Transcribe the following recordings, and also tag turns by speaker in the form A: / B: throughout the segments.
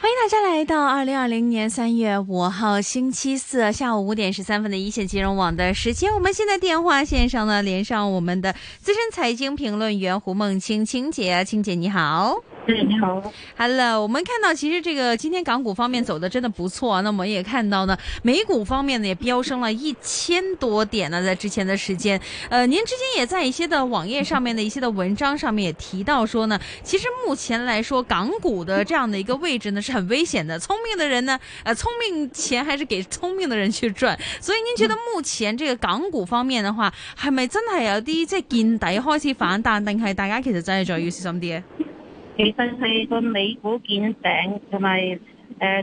A: 欢迎大家来到二零二零年三月五号星期四下午五点十三分的一线金融网的时间。我们现在电话线上呢连上我们的资深财经评论员胡梦清清姐，清姐你好。
B: 嗯，你好。
A: Hello，我们看到其实这个今天港股方面走的真的不错，那我们也看到呢，美股方面呢也飙升了一千多点呢，在之前的时间，呃，您之前也在一些的网页上面的一些的文章上面也提到说呢，其实目前来说港股的这样的一个位置呢是很危险的，聪明的人呢，呃，聪明钱还是给聪明的人去赚，所以您觉得目前这个港股方面嘅話，係咪真係有啲即係見底開始反彈，定係大家其實真係再要小心啲啊咧？
B: 其實係個美股見頂，同埋誒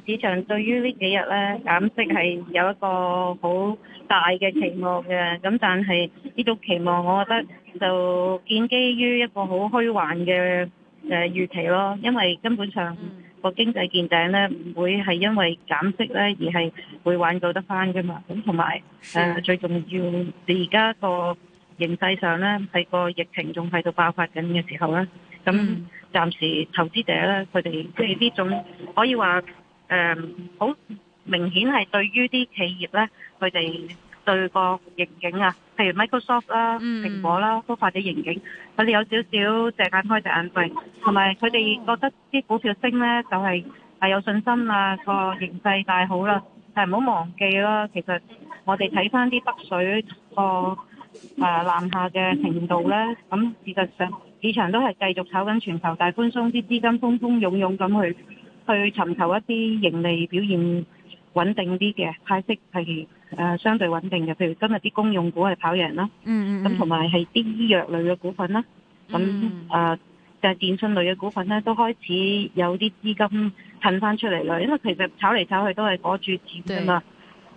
B: 市場對於呢幾日咧減息係有一個好大嘅期望嘅。咁但係呢種期望，我覺得就建基於一個好虛幻嘅誒預期咯，因為根本上。個經濟見頂咧，唔會係因為減息咧，而係會挽救得翻噶嘛。咁同埋
A: 嗯
B: 誒呃最重要，而家個形勢上咧，係個疫情仲喺度爆發緊嘅時候咧，咁
A: 嗯
B: 暫時投資者咧，佢哋即係呢種可以話呃誒好明顯係對於啲企業咧，佢哋對個盈警啊，譬如 Microsoft 啦、
A: 嗯
B: 蘋果啦，都發咗盈警，佢哋有少少隻眼開隻眼閉，同埋佢哋覺得啲股票升咧就係、係有信心啦，個形勢大好啦，但係唔好忘記啦，其實我哋睇翻啲北水個誒南下嘅程度咧，咁事實上市場都係繼續炒緊全球大寬鬆，啲資金蜂蜂湧湧咁去去尋求一啲盈利表現穩定啲嘅派息係誒相對穩定嘅，譬如今日啲公用股係跑贏啦。
A: 嗯嗯
B: 咁同埋係啲醫藥類嘅股份啦，咁
A: 嗯
B: 誒就係電信類嘅股份咧，都開始有啲資金褪翻出嚟啦。因為其實炒嚟炒去都係嗰注錢㗎嘛。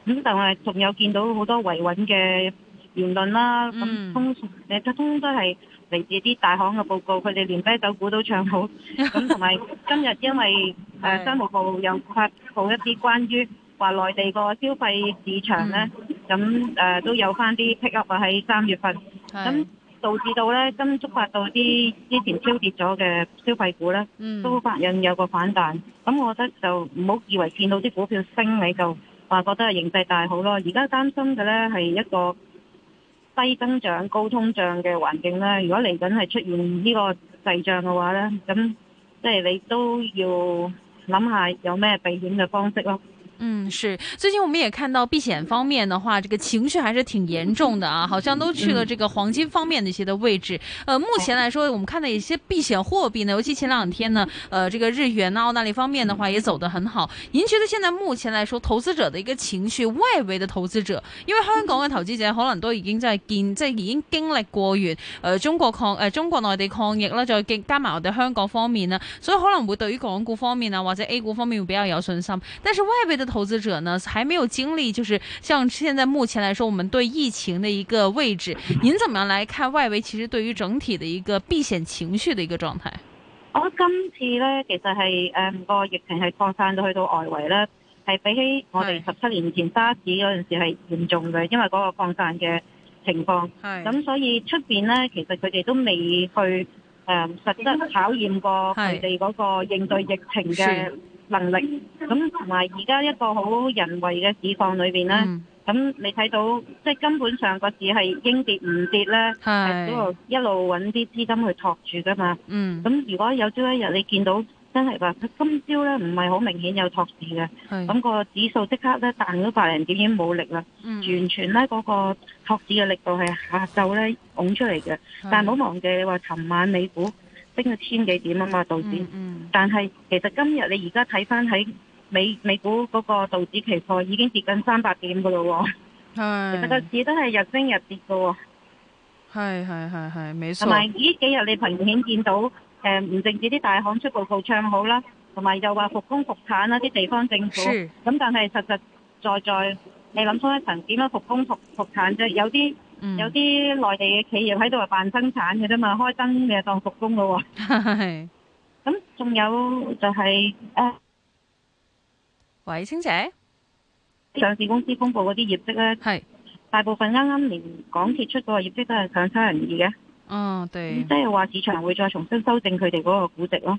B: 咁但係仲有見到好多維穩嘅言論啦，咁、
A: 嗯
B: 通常誒通通都係嚟自啲大行嘅報告，佢哋連啤酒股都唱好。咁 同埋今日因為
A: 係
B: 誒商務部又發布一啲關於話內地個消費市場咧，
A: 嗯
B: 咁誒、呃都有翻啲 pick up 啊喺三月份。咁
A: 係
B: 導致到咧，今觸發到啲之前超跌咗嘅消費股咧，
A: 嗯
B: 都發引有個反彈。咁我覺得就唔好以為見到啲股票升你就話覺得係形勢大好咯。而家擔心嘅咧係一個低增長、高通脹嘅環境咧。如果嚟緊係出現呢個滯脹嘅話咧，咁即係你都要諗下有咩避險嘅方式咯。
A: 嗯，是。最近我们也看到避险方面的话，这个情绪还是挺严重的啊，好像都去了这个黄金方面的一些的位置。呃，目前来说，我们看到一些避险货币呢，尤其前两天呢，呃，这个日元啊、澳大利亚方面的话也走得很好。您觉得现在目前来说，投资者的一个情绪，外围的投资者，因为香港嘅投資者可能都已經真係見，即係已經經歷過完誒、呃中國抗誒、呃中國內地抗疫啦，再加埋我哋香港方面啦，所以可能會對於港股方面啊或者 A 股方面會比較有信心。但是外围的投資者呢，還沒有經歷，就是像現在目前來說，我們對疫情的一個位置，您怎麼樣來看外圍其實對於整體的一個避險情緒的一個狀態？
B: 我覺得今次咧，其實係誒個疫情係擴散到去到外圍咧，係比起我哋十七年前沙士嗰陣時係嚴重嘅，因為嗰個擴散嘅情況。
A: 係
B: 咁所以出邊咧，其實佢哋都未去誒、實質考驗過
A: 係
B: 佢哋嗰個應對疫情嘅
A: 是
B: 能力。咁同埋而家一個好人為嘅市況裏邊咧，
A: 嗯，
B: 咁、你睇到即係根本上個市係應跌唔跌咧，
A: 係，
B: 係嗰度一路揾啲資金去托住噶嘛。
A: 嗯，
B: 咁如果有朝一日你見到真係話，今朝咧唔係好明顯有托市嘅，
A: 係，
B: 咁、個指數即刻咧彈咗百零點已經冇力啦，
A: 嗯，
B: 完全咧嗰、個托市嘅力度係下晝咧拱出嚟嘅。
A: 嗯
B: 但係唔好忘記，你話尋晚美股升咗千幾點啊嘛，道指。
A: 嗯嗯，
B: 但係其實今日你而家睇翻喺美美股嗰個道指期貨已經跌緊三百點噶咯
A: 嗯
B: 喎， 其實個
A: 係，
B: 市都係日升日跌噶喎。
A: 係係係係，沒
B: 同埋呢幾日你明顯見到誒，呃唔淨止啲大行出報告唱好啦，同埋又話復工復產啦，啲地方政府。咁
A: 是，
B: 但係實實在在，你諗深一層點樣復工復復產啫？有啲
A: 嗯
B: 有啲內地嘅企業喺度係扮生產嘅啫嘛，開燈你就當復工咯喎。
A: 係
B: 咁仲有就係、呃
A: 喂，清姐，
B: 上市公司公布嗰啲業績咧，
A: 係，
B: 大部分啱啱連港鐵出嗰個業績都係強差人意嘅，
A: 嗯，對
B: 咁，即係話市場會再重新修正佢哋嗰個估值咯。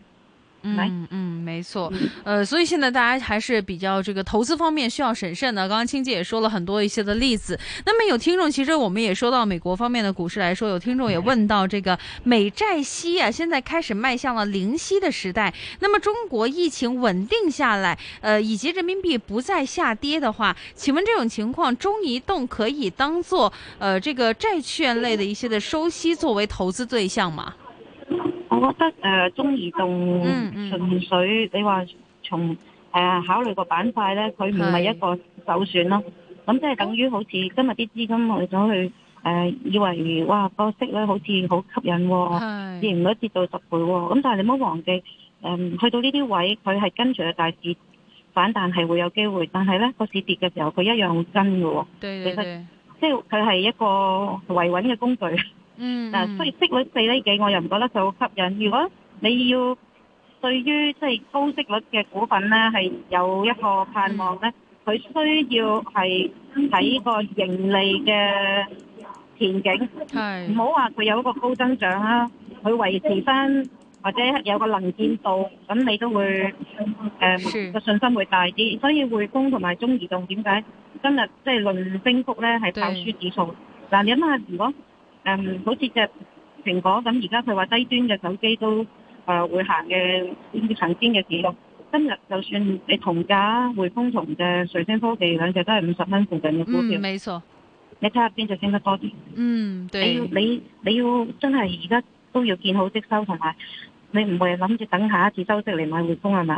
B: 来
A: 嗯嗯，没错
B: 嗯，
A: 呃，所以现在大家还是比较这个投资方面需要审慎的。刚刚青姐也说了很多一些的例子。那么有听众，其实我们也说到美国方面的股市来说，有听众也问到这个美债息啊，现在开始迈向了零息的时代。那么中国疫情稳定下来，呃，以及人民币不再下跌的话，请问这种情况，中移动可以当做呃这个债券类的一些的收息作为投资对象吗？
B: 我覺得誒、呃中移動
A: 嗯嗯
B: 純粹你話從誒、呃考慮個板塊咧，佢唔係
A: 係哦
B: 一個首選咯。咁即係等於好似今日啲資金為咗去誒、呃以為哇個息咧好似好吸引喎、
A: 係
B: 市盈率跌到十倍喎、咁但係你唔好忘記，誒、去到呢啲位，佢係跟住個大市反彈係會有機會，但係咧個市跌嘅時候，佢一樣會跟嘅喎、
A: 對
B: 對對即係佢係一個維穩嘅工具。
A: 嗯
B: 嗱、所以息率四厘幾，我又唔覺得佢好吸引。如果你要對於即係高息率嘅股份咧，係有一個盼望
A: 嗯
B: 咧，佢需要係喺個盈利嘅前景。
A: 係
B: 唔好話佢有一個高增長啦，佢維持翻或者有個能見度，咁你都會
A: 是
B: 誒個、信心會大啲。所以匯豐同埋中移動點解今日即係論升幅咧係跑輸指數？嗱，你諗下，如果誒、嗯好似只蘋果咁，而家佢話低端嘅手機都誒、呃、會行嘅行先嘅指數。今日就算你同價匯豐同嘅瑞星科技兩隻都係五十蚊附近嘅股
A: 嗯，
B: 票，
A: 没错，
B: 你睇下邊隻升得多啲？
A: 嗯，
B: 你
A: 对
B: 要，哎你你要真係而家都要見好即收，同埋你唔會諗住等下一次收息嚟買匯豐係嘛？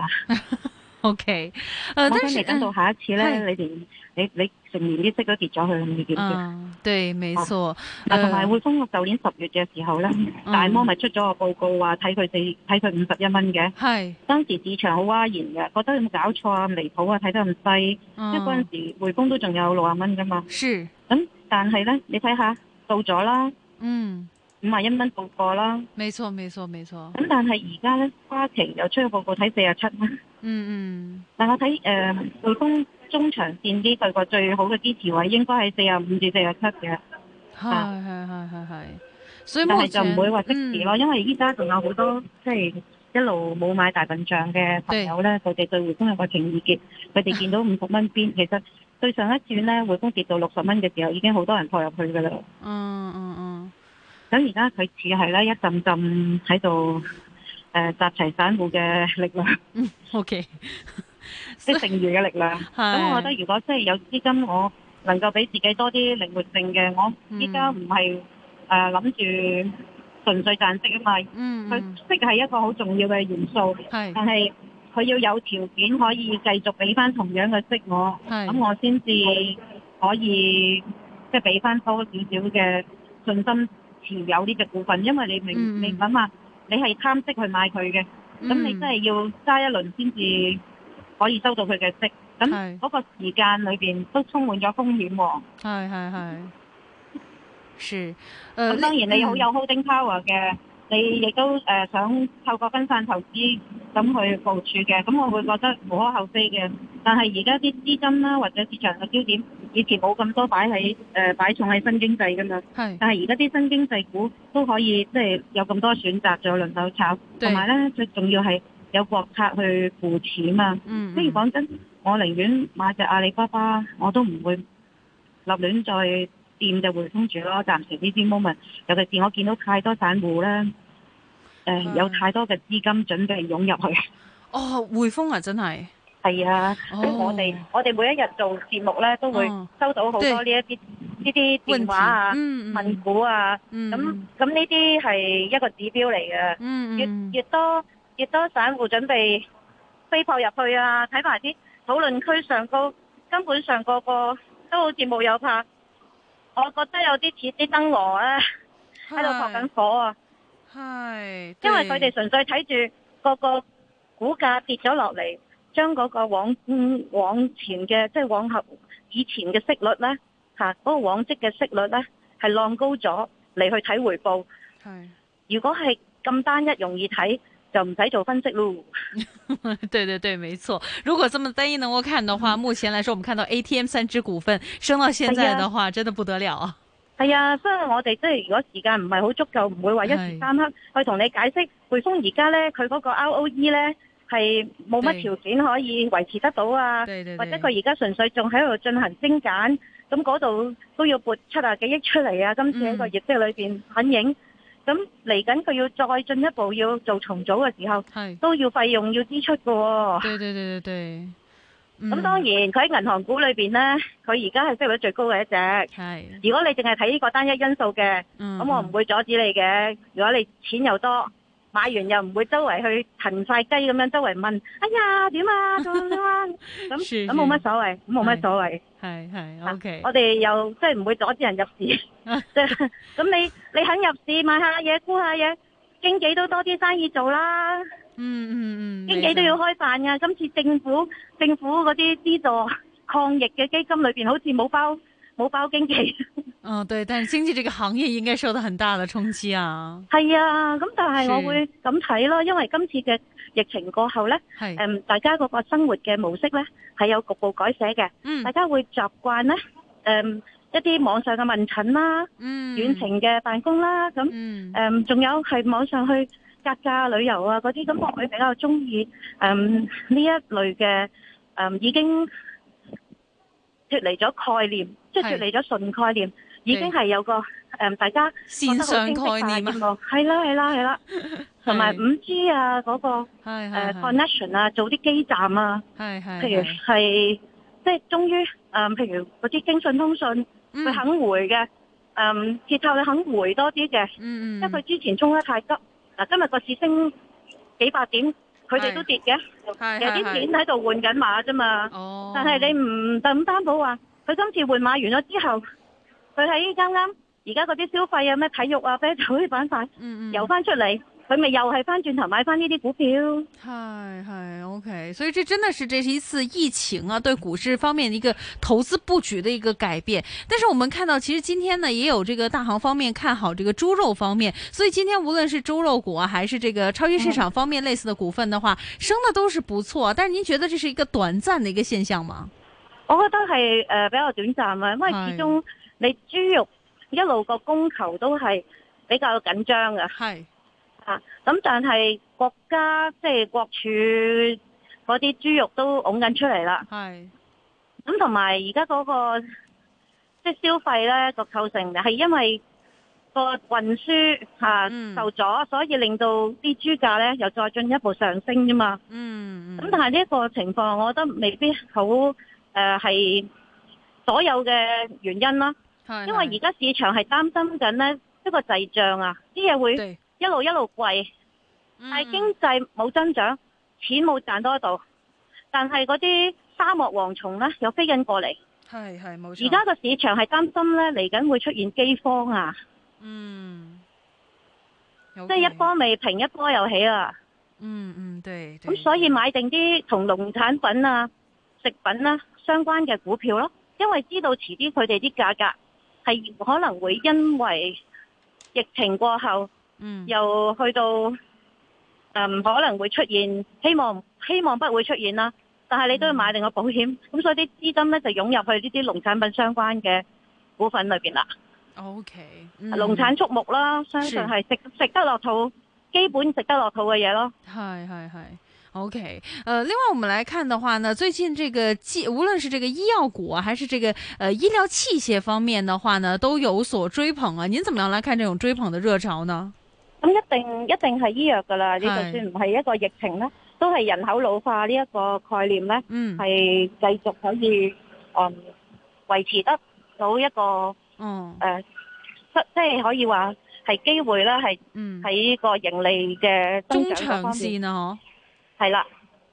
A: ，OK，呃，
B: 我
A: 啊但
B: 驚
A: 是嗯
B: 你等到下一次
A: 係
B: 咧，你連你你成年啲息都跌咗去，咁你點算？
A: 嗯，对，没错，
B: 嗱，
A: 呃
B: 同埋匯豐我舊年十月嘅時候咧，
A: 嗯
B: 大摩咪出咗個報告話睇佢四睇佢五十一蚊嘅，
A: 系，
B: 當時市場好譁然嘅，覺得有冇搞錯啊？離譜啊！睇得咁低，因為嗰陣
A: 嗯，
B: 時匯豐都仲有六十蚊噶嘛。
A: 是，
B: 咁但係咧，你睇下到咗啦，
A: 嗯，
B: 五十一蚊到過啦。
A: 没错，没错，没错，
B: 咁但係而家咧，花旗又出個報告睇四十七蚊，
A: 嗯
B: 但我睇誒匯豐中長線呢佢個最好嘅支持位應該係四十五至四十七嘅，
A: 嗯，系系系系系，所以
B: 但
A: 目
B: 係
A: 前
B: 就唔會話即時咯，
A: 嗯
B: 因為依家仲有好多即係一路冇買大笨象嘅朋友咧，佢哋對匯豐有個情意結，佢哋見到五十蚊邊，其實對上一轉咧匯豐跌到六十蚊嘅時候，已經好多人撲入去㗎啦。
A: 嗯嗯嗯，
B: 咁而家佢似係咧一陣陣喺度誒集齊散戶嘅力量，
A: 嗯，OK，系，
B: 即係剩餘嘅力量。咁我覺得如果即係有資金，我能夠俾自己多啲靈活性嘅，我
A: 嗯
B: 依家唔係誒諗住純粹賺息啊嘛，
A: 嗯，
B: 佢息係一個好重要嘅元素，
A: 系
B: 但係佢要有條件可以繼續俾翻同樣嘅息我，咁
A: 系，
B: 我先至可以即係俾翻多少少嘅信心持有呢只股份，因為你
A: 嗯
B: 明你諗下，你係貪息去買佢嘅。咁你
A: 嗯
B: 真係要揸一輪先至可以收到佢嘅息，
A: 係
B: 咁嗰個時間裏邊都充滿咗風險喎。
A: 系系系，是，呃，
B: 咁當然你好
A: 嗯
B: 有 holding power 嘅，你亦都誒、呃想透過分散投資咁去部署嘅，咁我會覺得無可厚非嘅。但係而家啲資金啦或者市場嘅焦點，以前冇咁多擺喺誒、呃、擺重喺新經濟㗎嘛。
A: 系，
B: 但係而家啲新經濟股都可以即係有咁多選擇，仲有輪流炒，
A: 對
B: 同埋咧最重要係有國策去扶持嘛。
A: 嗯，
B: 即係
A: 嗯
B: 講真，我寧願買隻阿里巴巴，我都唔會立亂再掂就匯豐住咯。暫時呢啲 moment，尤其是我見到太多散户咧，誒、
A: 嗯
B: 有太多嘅資金準備湧入去。
A: 哦，匯豐啊，真係，
B: 係啊，所以
A: 哦
B: 我哋我哋每一日做節目咧，都會
A: 哦
B: 收到好
A: 對
B: 多呢一啲呢啲
A: 問
B: 電
A: 題
B: 話啊、
A: 嗯
B: 問
A: 嗯
B: 股啊，
A: 嗯，
B: 咁咁呢啲係一個指標嚟嘅。
A: 嗯
B: 越
A: 嗯
B: 越多越多散户準備飛撲入去啊！睇埋啲討論區上高，根本上個個都好似冇有怕。我覺得有啲似啲燈蛾咧喺度撲緊火啊！
A: 係，
B: 因為佢哋純粹睇住個個股價跌咗落嚟，將嗰個往嗯往前嘅即係往後以前嘅息率咧嚇，嗰、個往績嘅息率咧係浪高咗嚟去睇回報。
A: 係，
B: 如果係咁單一容易睇，就唔使做分析咯。
A: 对对对，没错。如果这么单一能够看的
B: 嗯
A: 话，目前来说，我们看到 ATM 三只股份升到现
B: 哎
A: 在的话，真的不得了啊！
B: 係啊，所以我哋即係如果時間唔係好足夠，唔會話一時三刻去同你解釋。匯豐而家呢，佢嗰個 ROE 呢係冇乜條件可以維持得到啊，
A: 对对
B: 或
A: 对，
B: 者佢而家純粹仲喺度進行精簡，咁嗰度都要撥七啊幾億出嚟啊，今次喺個業績裏邊反映。咁嚟緊佢要再進一步要做重組嘅時候，
A: 係
B: 都要費用要支出嘅喎、
A: 对对对对对，嗯
B: 咁當然佢喺銀行股裏邊呢，佢而家係息率最高嘅一隻。
A: 係，
B: 如果你淨係睇呢個單一因素嘅，
A: 嗯，
B: 咁我唔會阻止你嘅。如果你錢又多，買完又唔會周圍去騰晒雞咁樣周圍問，哎呀點 啊咁點啊，
A: 是
B: 咁咁冇乜所謂，咁冇乜所謂。
A: 係係
B: 啊
A: OK，
B: 我哋又即係唔會阻 止人入市，即係 咁你你肯入市買下嘢沽下嘢，經紀都多啲生意做啦，
A: 嗯嗯嗯，
B: 經
A: 沒
B: 紀都要
A: 錯
B: 開飯噶。今次政府政府嗰啲資助抗疫嘅基金裏邊好似冇包冇包經紀。
A: 嗯對，但是經濟這個行業應該受到很大的衝擊啊，
B: 係啊，咁但係
A: 是
B: 我會咁睇咯，因為今次嘅疫情過後呢，
A: 係，
B: 誒大家嗰個生活嘅模式呢係有局部改寫嘅，
A: 嗯
B: 大家會習慣呢誒一啲網上嘅問診啦、
A: 嗯，
B: 遠程嘅辦公啦，咁
A: 嗯，
B: 誒仲有係網上去格價旅遊啊嗰啲，咁我會比較中意誒呢一類嘅誒、嗯已經脱離咗概念，即係
A: 係
B: 脱離咗純概念，已經係有個誒、嗯大家。
A: 線上概 念啊，
B: 啊，係啦係啦係啦，同
A: 哎
B: 埋五 G 啊嗰個
A: 係
B: 誒
A: 係
B: connection 啊，做啲基站啊，
A: 係係
B: 譬如
A: 係，
B: 係即係終於誒，嗯譬如嗰啲京信通訊佢
A: 嗯
B: 肯回嘅，誒鐵塔你肯回多啲嘅，
A: 嗯
B: 因為
A: 嗯
B: 佢之前衝得太急。嗱，今日個市升幾百點，佢哋都跌嘅，
A: 係
B: 有
A: 係
B: 啲錢
A: 係
B: 喺度換緊馬啫嘛。
A: 哦，
B: 但係你唔咁擔保話，佢今次換馬完咗之後，佢喺啱啱而家嗰啲消費啊、咩體育啊、啤酒嗰啲板塊
A: 嗯嗯
B: 游翻出嚟，佢咪又係翻轉頭買翻呢啲股票。
A: 嗨嗨，OK，所以这真的是这是一次疫情啊，对股市方面的一个投资布局的一个改变。但是我们看到，其实今天呢，也有这个大行方面看好这个猪肉方面，所以今天无论是猪肉股啊，还是这个超
B: 嗯
A: 级市场方面类似的股份的话，升的都是不错。啊但是您觉得这是一个短暂的一个现象吗？
B: 我覺得係誒、呃比較短暫啊，因為
A: 係
B: 始終你豬肉一路個供求都係比較緊張嘅
A: 嗨，
B: 嚇。咁但係國家即係國儲嗰啲豬肉都拱緊出嚟啦。
A: 嗨，
B: 咁同埋而家嗰個即係消費咧個構成係因為個運輸嚇、
A: 嗯
B: 受阻，所以令到啲豬價咧又再進一步上升啫嘛。
A: 嗯
B: 咁但係呢一個情況，我覺得未必好誒係所有嘅原因啦，
A: 但
B: 因為而家市場係擔心緊呢一個滯脹啊，啲嘢會
A: 對，嗯
B: 一路一路貴，但係經濟冇增長，錢冇賺多到，但係嗰啲沙漠蝗蟲呢又飛緊過嚟，
A: 係係冇
B: 而家個市場係擔心呢嚟緊會出現饑荒啊，
A: 嗯，
B: 即係一波未平一波又起啊，
A: 嗯嗯對，
B: 咁所以買定啲同農產品啊、食品啦、相關嘅股票咯，因為知道遲啲佢哋啲價格係可能會因為疫情過後
A: 嗯
B: 又去到誒、嗯可能會出現，希望希望不會出現啦。但係你都要買定個保險，咁所以啲資金咧就湧入去呢啲農產品相關嘅股份裏邊啦，
A: OK，嗯
B: 農產畜牧啦，相信係食食得落肚，基本食得落肚嘅嘢咯。
A: 嗨嗨嗨。OK，呃，另外我们来看的话呢，最近这个技，无论是这个医药股啊，还是这个呃医疗器械方面的话呢，都有所追捧啊。您怎么样来看这种追捧的热潮呢？
B: 咁一定一定係醫藥噶啦，你就
A: 係
B: 算唔係一個疫情咧，都係人口老化呢一個概念咧，
A: 嗯，
B: 係繼續可以嗯維持得到一個誒、
A: 哦，
B: 呃即即係可以話係機會啦，係
A: 嗯，
B: 喺個盈利嘅增
A: 中
B: 長嗰
A: 長
B: 方面
A: 線呢，嗬，
B: 係啦，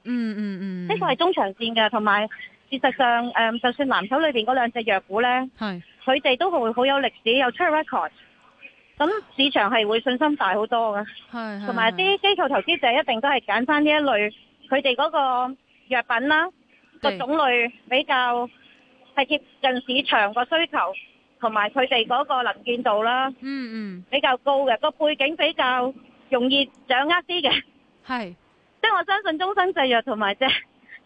A: 嗯嗯嗯，
B: 呢個係中長線嘅，同埋事實上誒、嗯就算藍籌裏邊嗰兩隻藥股咧，
A: 係
B: 佢哋都係好有歷史，有 track record，咁市場係會信心大好多嘅。
A: 係係
B: 同埋啲機構投資者一定都係揀翻呢一類，佢哋嗰個藥品啦，個
A: 對
B: 種類比較係貼近市場個需求，同埋佢哋嗰個能見度啦
A: 嗯嗯，
B: 比較高嘅，個背景比較容易掌握啲嘅。
A: 係
B: 即係我相信中生製藥同埋隻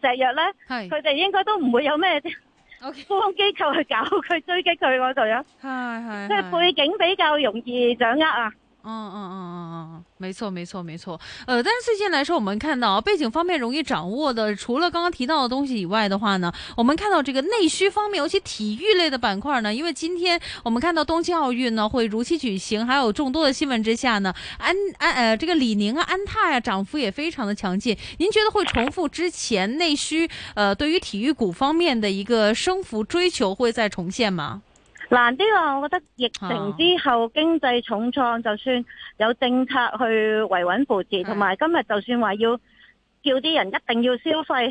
B: 石藥呢，
A: 係
B: 佢哋應該都唔會有咩官
A: 嗯，OK，
B: 方機構去搞佢追擊佢嗰度啊，
A: 係係，
B: 即係
A: 係
B: 背景比較容易掌握啊。
A: 嗯嗯嗯嗯嗯，没错没错没错。呃，但是最近来说，我们看到啊背景方面容易掌握的，除了刚刚提到的东西以外的话呢，我们看到这个内需方面，尤其体育类的板块呢，因为今天我们看到东京奥运呢会如期举行，还有众多的新闻之下呢，安安呃这个李宁啊、安踏呀、涨幅也非常的强劲。您觉得会重复之前内需呃对于体育股方面的一个升幅追求会再重现吗？
B: 難啲啦，我覺得疫
A: 啊
B: 情之後經濟重創，就算有政策去維穩扶持，
A: 係
B: 同埋今日就算話要叫啲人一定要消費，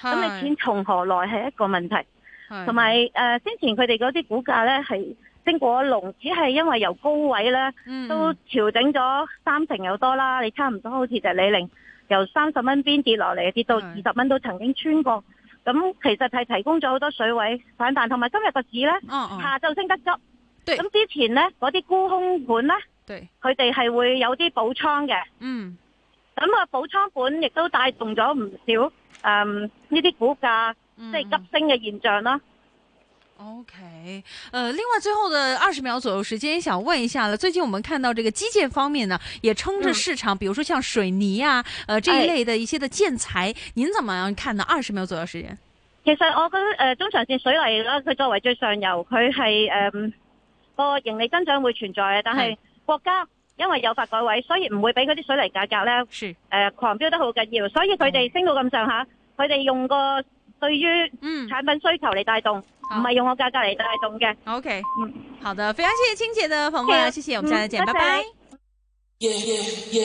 B: 咁你錢從何來係一個問題。
A: 嗨
B: 同埋誒先前佢哋嗰啲股價呢係升過一龍，只係因為由高位呢
A: 嗯
B: 都調整咗三成有多啦，你差唔多好似就李寧由三十蚊邊跌落嚟，跌到二
A: 係
B: 十蚊都曾經穿過。咁其實係提供咗好多水位反彈，同埋今日個市呢。
A: 嗯嗯嗯
B: 下晝升得急。
A: 對
B: 咁之前呢，嗰啲沽空盤呢，
A: 對
B: 佢哋係會有啲補倉嘅。
A: 嗯
B: 咁啊，補倉盤亦都帶動咗唔少誒呢啲股價即
A: 嗯
B: 係急升嘅現象啦。
A: OK，呃，另外最后的二十秒左右时间，想问一下了，最近我们看到这个基建方面呢，也撑着
B: 嗯
A: 市场，比如说像水泥啊，呃这
B: 哎
A: 一类的一些的建材，您怎么样看呢？二十秒左右时间，
B: 其實我覺得誒、呃中長線水泥啦，佢作為最上游，佢係誒個盈利增長會存在嘅，但係
A: 係
B: 國家。因為有發改委，所以唔會俾嗰啲水泥價格呢誒、
A: 是，
B: 呃狂飆得好緊要，所以佢哋升到咁上下，佢哋用個對於
A: 嗯
B: 產品需求嚟帶動，唔
A: 好
B: 係用個價格嚟帶動嘅。
A: ，OK，
B: 嗯
A: 好的，非常谢谢青姐的访问啊，
B: 嗯
A: 谢谢，我们下次见，
B: 嗯
A: 拜
B: 拜拜
A: 拜。